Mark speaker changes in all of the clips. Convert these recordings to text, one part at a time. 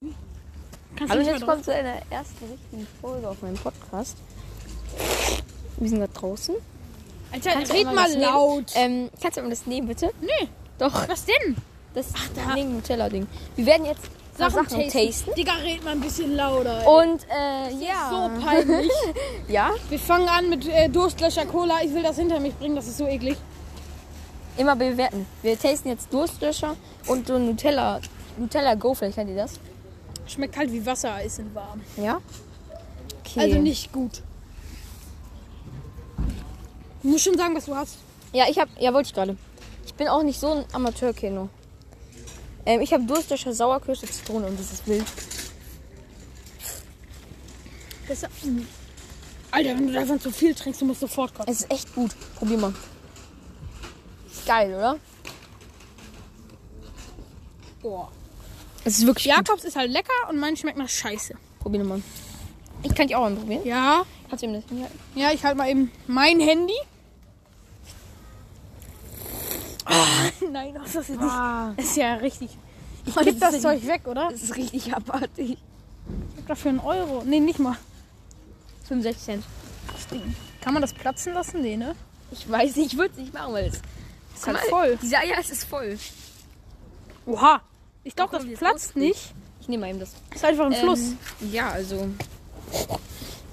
Speaker 1: Kannst du
Speaker 2: Hallo, jetzt
Speaker 1: nicht mehr drauf-
Speaker 2: kommt zu einer ersten richtigen Folge auf meinem Podcast. Wir sind da draußen.
Speaker 1: Alter,
Speaker 2: Kannst du
Speaker 1: red
Speaker 2: einmal
Speaker 1: mal
Speaker 2: das nehmen?
Speaker 1: laut.
Speaker 2: Ähm, kannst du mal das nehmen, bitte?
Speaker 1: nee.
Speaker 2: Doch,
Speaker 1: Was denn?
Speaker 2: das ist neben Nutella-Ding. Wir werden jetzt Sachen, Sachen tasten.
Speaker 1: Digga, red mal ein bisschen lauter. ey.
Speaker 2: Und, äh, ja.
Speaker 1: So peinlich.
Speaker 2: Ja,
Speaker 1: Wir fangen an mit äh, Durstlöscher Cola. Ich will das hinter mich bringen, das ist so eklig.
Speaker 2: immer bewerten. Wir tasten jetzt Durstlöscher und so Nutella. Nutella Go, vielleicht kennt ihr das.
Speaker 1: Schmeckt halt wie Wasser, ist in warm.
Speaker 2: Ja? Okay.
Speaker 1: Also nicht gut. Du musst schon sagen, was du hast.
Speaker 2: Ja, ich hab. Ja, wollte ich gerade. Ich bin auch nicht so ein Amateur-Keno. Ähm, ich habe Durstlöscher, Sauerkirsche, Zitrone und dieses Wild.
Speaker 1: Das, Alter, wenn du davon zu viel trinkst, du musst sofort kotzen.
Speaker 2: Es ist echt gut. Probier mal. Ist geil, oder?
Speaker 1: Boah.
Speaker 2: Es ist wirklich gut.
Speaker 1: Jakobs ist halt lecker und mein schmeckt nach Scheiße.
Speaker 2: Probier nochmal. Ich kann dich auch anprobieren.
Speaker 1: Ja.
Speaker 2: Kannst du ihm das nicht
Speaker 1: Ja, ich halte mal eben mein Handy. Ah, nein, das ist jetzt nicht.
Speaker 2: Ah,
Speaker 1: Das ist ja richtig. Ich
Speaker 2: Mann,
Speaker 1: kipp
Speaker 2: das
Speaker 1: das
Speaker 2: ist
Speaker 1: Zeug weg, oder?
Speaker 2: das ist richtig abartig.
Speaker 1: Ich hab dafür einen Euro. Nee, nicht mal.
Speaker 2: 65 Cent.
Speaker 1: Kann man das platzen lassen? Nee, ne?
Speaker 2: Ich weiß nicht, ich würde es nicht machen, weil es
Speaker 1: Ist halt voll.
Speaker 2: Diese Eier, es ist voll.
Speaker 1: Oha. Ich glaube,
Speaker 2: Da
Speaker 1: das
Speaker 2: kommt jetzt
Speaker 1: platzt
Speaker 2: Ausblick.
Speaker 1: nicht.
Speaker 2: Ich nehme mal eben das.
Speaker 1: Ist einfach ein Fluss.
Speaker 2: Ähm, ja, also.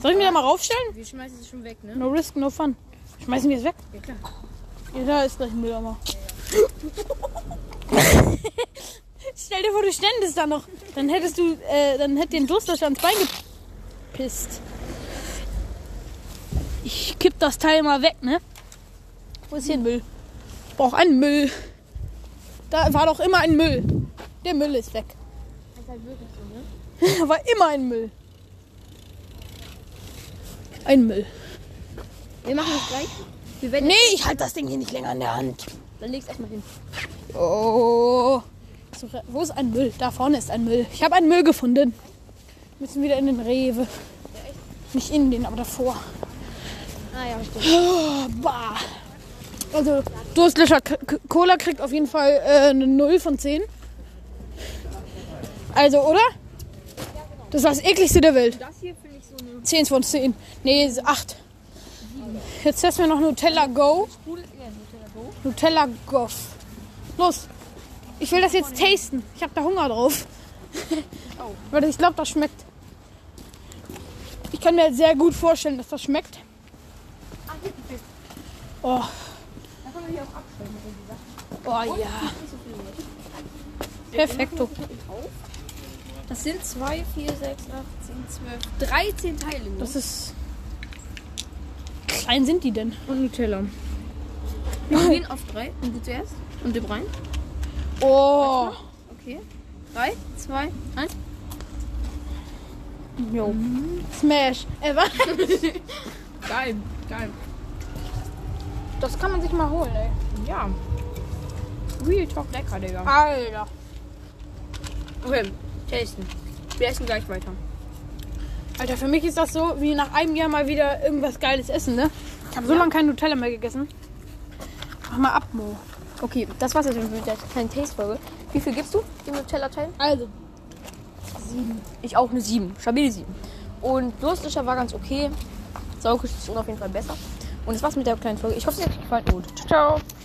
Speaker 1: Soll ich mir da mal raufstellen?
Speaker 2: Wir schmeißen es schon weg, ne?
Speaker 1: No risk, no fun. Schmeißen wir es weg?
Speaker 2: Ja, klar.
Speaker 1: Ja, da ist gleich ein Mülleimer. Stell dir vor, du ständest da noch. Dann hättest du, äh, dann hätte den Durstlöscher ans Bein gepisst. Ich kipp das Teil mal weg, ne? Wo ist hier ein Müll? Ich brauche einen Müll. Da war doch immer ein Müll. Der Müll ist weg.
Speaker 2: Das ist halt wirklich so, ne?
Speaker 1: Da war immer ein Müll. Ein Müll.
Speaker 2: Wir machen das gleich. Wir werden.
Speaker 1: Nee, ich halte das Ding hier nicht länger in der Hand.
Speaker 2: Dann leg's erstmal hin.
Speaker 1: Oh. So, Wo ist ein Müll? Da vorne ist ein Müll. Ich habe einen Müll gefunden. Wir müssen wieder in den Rewe. Nicht in den, aber davor.
Speaker 2: Ah ja, stimmt.
Speaker 1: Oh, bah. Also, Durstlöscher K K Cola kriegt auf jeden Fall äh, eine 0 von 10. Also, oder? Das war das ekligste der Welt.
Speaker 2: Das hier finde ich so eine
Speaker 1: 10 von 10. Nee, 8. Jetzt testen wir noch Nutella Go.
Speaker 2: coole ja, Nutella Go.
Speaker 1: Nutella Goff. Los. Ich will das jetzt tasten. Ich habe da Hunger drauf. Weil ich glaube, das schmeckt. Ich kann mir sehr gut vorstellen, dass das schmeckt.
Speaker 2: Ach, hier gibt es.
Speaker 1: Oh,
Speaker 2: Da können wir hier auch abstellen. wenn wir Sachen-
Speaker 1: oh ja.
Speaker 2: Nicht so viel mehr.
Speaker 1: Perfekto.
Speaker 2: Das sind 2, 4, 6, 8, 10, 12, 13 Teile. nur.
Speaker 1: Das ist. Klein sind die denn?
Speaker 2: Und Nutella. Wir gehen auf 3 und du zuerst. Und du rein.
Speaker 1: Oh.
Speaker 2: Okay. 3, 2, 1.
Speaker 1: Jo. Smash. Äh, was?
Speaker 2: Geil, geil.
Speaker 1: Das kann man sich mal holen, ey.
Speaker 2: Ja. Real Talk lecker, Digga.
Speaker 1: Alter.
Speaker 2: Okay, testen. Wir essen gleich weiter.
Speaker 1: Alter, für mich ist das so, wie nach einem Jahr mal wieder irgendwas Geiles essen, ne? Ich habe so lange kein Nutella mehr gegessen. Mach mal ab, Mo.
Speaker 2: Okay, das war's jetzt mit der kleinen Taste-Folge. Wie viel gibst du dem Nutella-Teil?
Speaker 1: Also,
Speaker 2: Ich auch eine 7. Stabile 7. Und Durstlöscher war ganz okay. Sauerkirsche ist auf jeden Fall besser. Und das war's mit der kleinen Folge. Ich hoffe, es hat euch gefallen und ciao, ciao.